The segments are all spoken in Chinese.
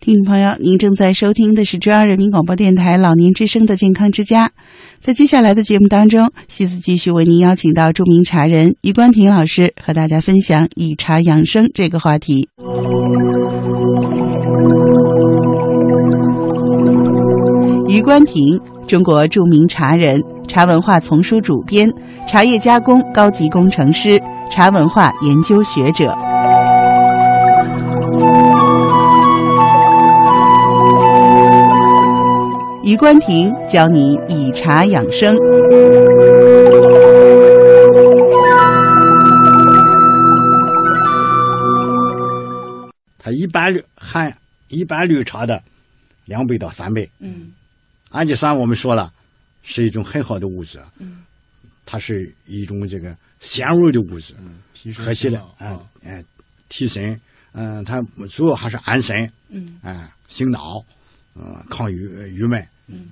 听众朋友，您正在收听的是中央人民广播电台老年之声的健康之家。在接下来的节目当中，西子继续为您邀请到著名茶人余冠廷老师，和大家分享以茶养生这个话题。余冠廷，中国著名茶人，茶文化丛书主编，茶叶加工高级工程师，茶文化研究学者。余冠廷教你以茶养生。它一般绿含一般绿茶的两倍到三倍。嗯，氨基酸我们说了是一种很好的物质，嗯，它是一种这个鲜味的物质，嗯提升和谐的心脑啊啊，哎，提神，嗯，它主要还是安神，嗯，啊，醒脑，嗯，抗郁郁闷，嗯，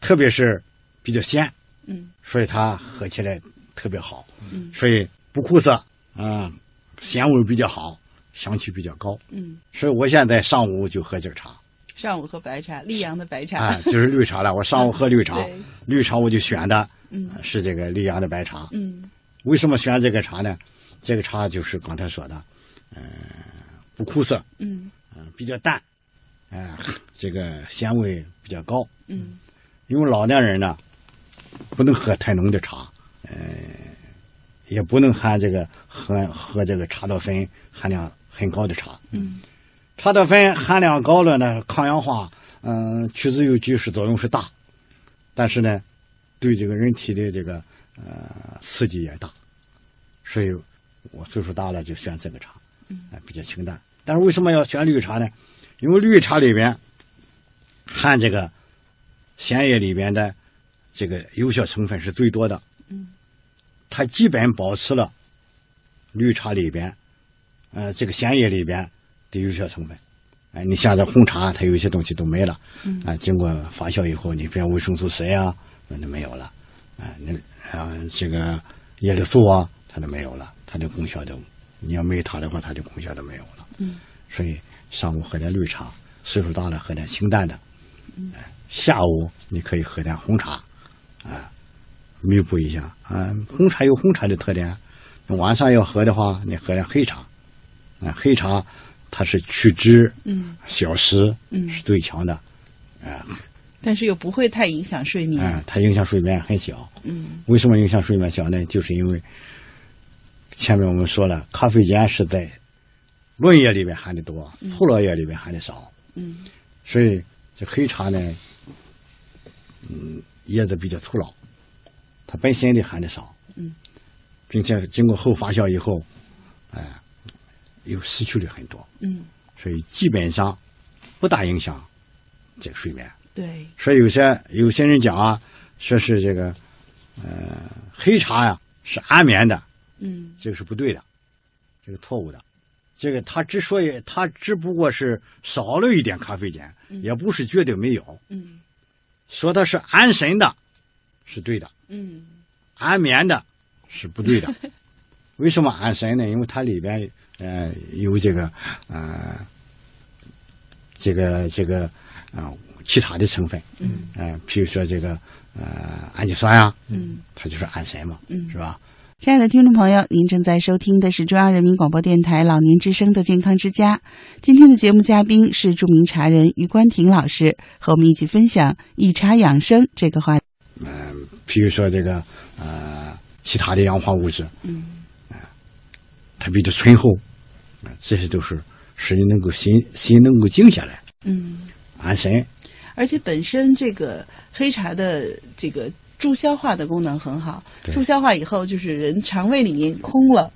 特别是比较鲜，嗯，所以它喝起来特别好，嗯所以不苦涩，嗯，鲜味比较好，香气比较高，嗯，所以我现在上午就喝这个茶，上午喝白茶，溧阳的白茶。啊，就是绿茶了。我上午喝绿茶对，绿茶我就选的嗯呃是这个溧阳的白茶。嗯为什么选这个茶呢？这个茶就是刚才说的，嗯、不苦涩，嗯嗯、比较淡，哎、这个鲜味比较高。嗯因为老年人呢，不能喝太浓的茶，呃，也不能含这个喝喝这个茶道酚含量很高的茶。嗯茶道酚含量高了呢，抗氧化，嗯、去自由基是作用是大，但是呢，对这个人体的这个呃刺激也大，所以我岁数大了就选这个茶，啊、比较清淡。但是为什么要选绿茶呢？因为绿茶里边含这个鲜叶里边的这个有效成分是最多的，嗯，它基本保持了绿茶里边，呃，这个鲜叶里边的有效成分。哎，你像这红茶，它有一些东西都没了，嗯啊，经过发酵以后，你比如维生素 C 啊，那就没有了，啊，那啊这个叶绿素啊，它都没有了，它的功效都，你要没它的话，它的功效都没有了。嗯，所以上午喝点绿茶，岁数大了喝点清淡的，嗯哎下午你可以喝点红茶，啊，弥补一下啊。红茶有红茶的特点，啊晚上要喝的话，你喝点黑茶，啊，黑茶它是去脂、嗯，消食嗯是最强的，但是又不会太影响睡眠。啊，它影响睡眠很小。嗯为什么影响睡眠小呢？就是因为前面我们说了，咖啡碱是在润叶里面含的多，粗老叶里面含的少。嗯所以这黑茶呢，嗯，叶子比较粗老，它本身的含的少，嗯，并且经过后发酵以后，哎、又失去了很多，嗯，所以基本上不大影响这个睡眠。对，所以有些有些人讲啊，说是这个，呃，黑茶呀、是安眠的，嗯这个是不对的，这个错误的。这个它之所以它只不过是少了一点咖啡碱，也不是绝对没有。嗯说它是安神的，是对的；嗯安眠的，是不对的。为什么安神呢？因为它里边呃有这个呃这个这个啊、呃其他的成分，嗯呃，譬如说这个呃氨基酸啊，嗯，它就是安神嘛，嗯是吧？亲爱的听众朋友，您正在收听的是中央人民广播电台老年之声的健康之家。今天的节目嘉宾是著名茶人余冠廷老师，和我们一起分享以茶养生这个话题。呃譬如说这个呃其他的氧化物质，嗯，它比较醇厚，啊、这些都是使你能够心心能够静下来，嗯，安神。而且本身这个黑茶的这个助消化的功能很好，对助消化以后就是人肠胃里面空了，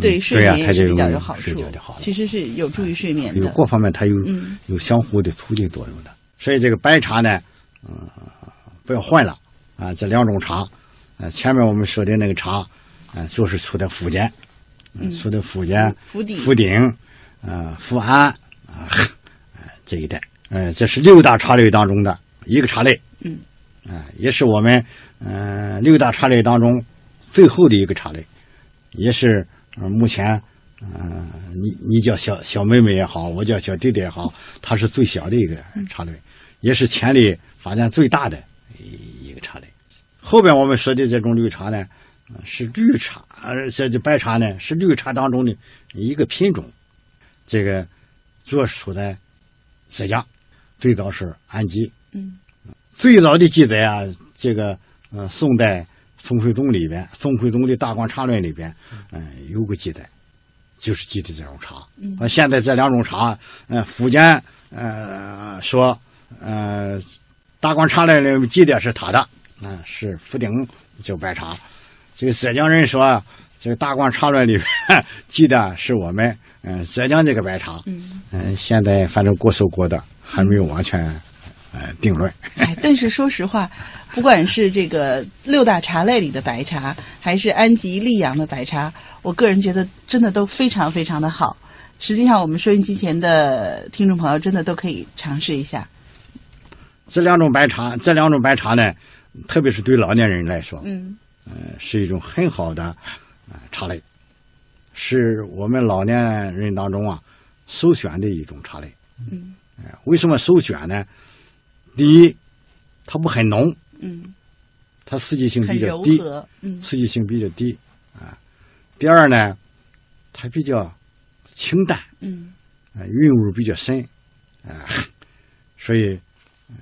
对睡嗯对呀眠也它是就比较容易有好睡处觉就好，了其实是有助于睡眠有的。各方面它有、嗯有相互的促进作用的。所以这个白茶呢，嗯、不要混了啊、这两种茶，呃，前面我们说的那个茶，呃，就是处在福建，嗯，处在福建、福鼎福鼎，呃，福安啊、 呃这一带，呃，这是六大茶类当中的一个茶类，嗯，啊、也是我们嗯、呃六大茶类当中最后的一个茶类，也是、呃目前嗯，你你叫小小妹妹也好，我叫小弟弟也好，他是最小的一个茶类，也是前里发展最大的一个茶类。后边我们说的这种绿茶呢，呃是绿茶，呃这这白茶呢是绿茶当中的一个品种。这个做出的世家，最早是安吉。嗯，最早的记载啊，这个呃，宋代宋徽宗里边，宋徽宗的《大观茶论》里边，嗯、有个记载，就是记的这种茶。嗯，啊，现在这两种茶，嗯、福建呃说，呃，《大观茶论》里记的是他的，嗯、是福鼎叫白茶。这个浙江人说啊，这个《大观茶论》里边记的是我们嗯、浙江这个白茶。嗯，现在反正各说各的，还没有完全呃定论。哎，但是说实话，不管是这个六大茶类里的白茶，还是安吉、溧阳的白茶，我个人觉得真的都非常非常的好。实际上，我们收音机前的听众朋友真的都可以尝试一下。这两种白茶，这两种白茶呢，特别是对老年人来说，呃嗯是一种很好的呃茶类，是我们老年人当中啊首选的一种茶类。嗯呃为什么首选呢？第一，它不很浓，嗯，它刺激性很比较柔低，和，嗯刺激性比较低啊。第二呢，它比较清淡，嗯呃，韵味比较深，啊、 所以，嗯、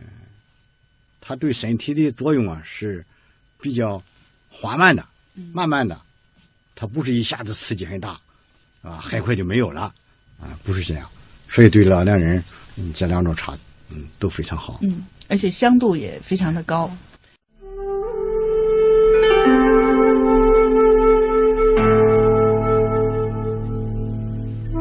它对身体的作用啊是比较缓慢的，慢慢的，它不是一下子刺激很大，啊，很快就没有了，啊，不是这样，所以对老年人，嗯，这两种茶，嗯，都非常好。嗯，而且香度也非常的高。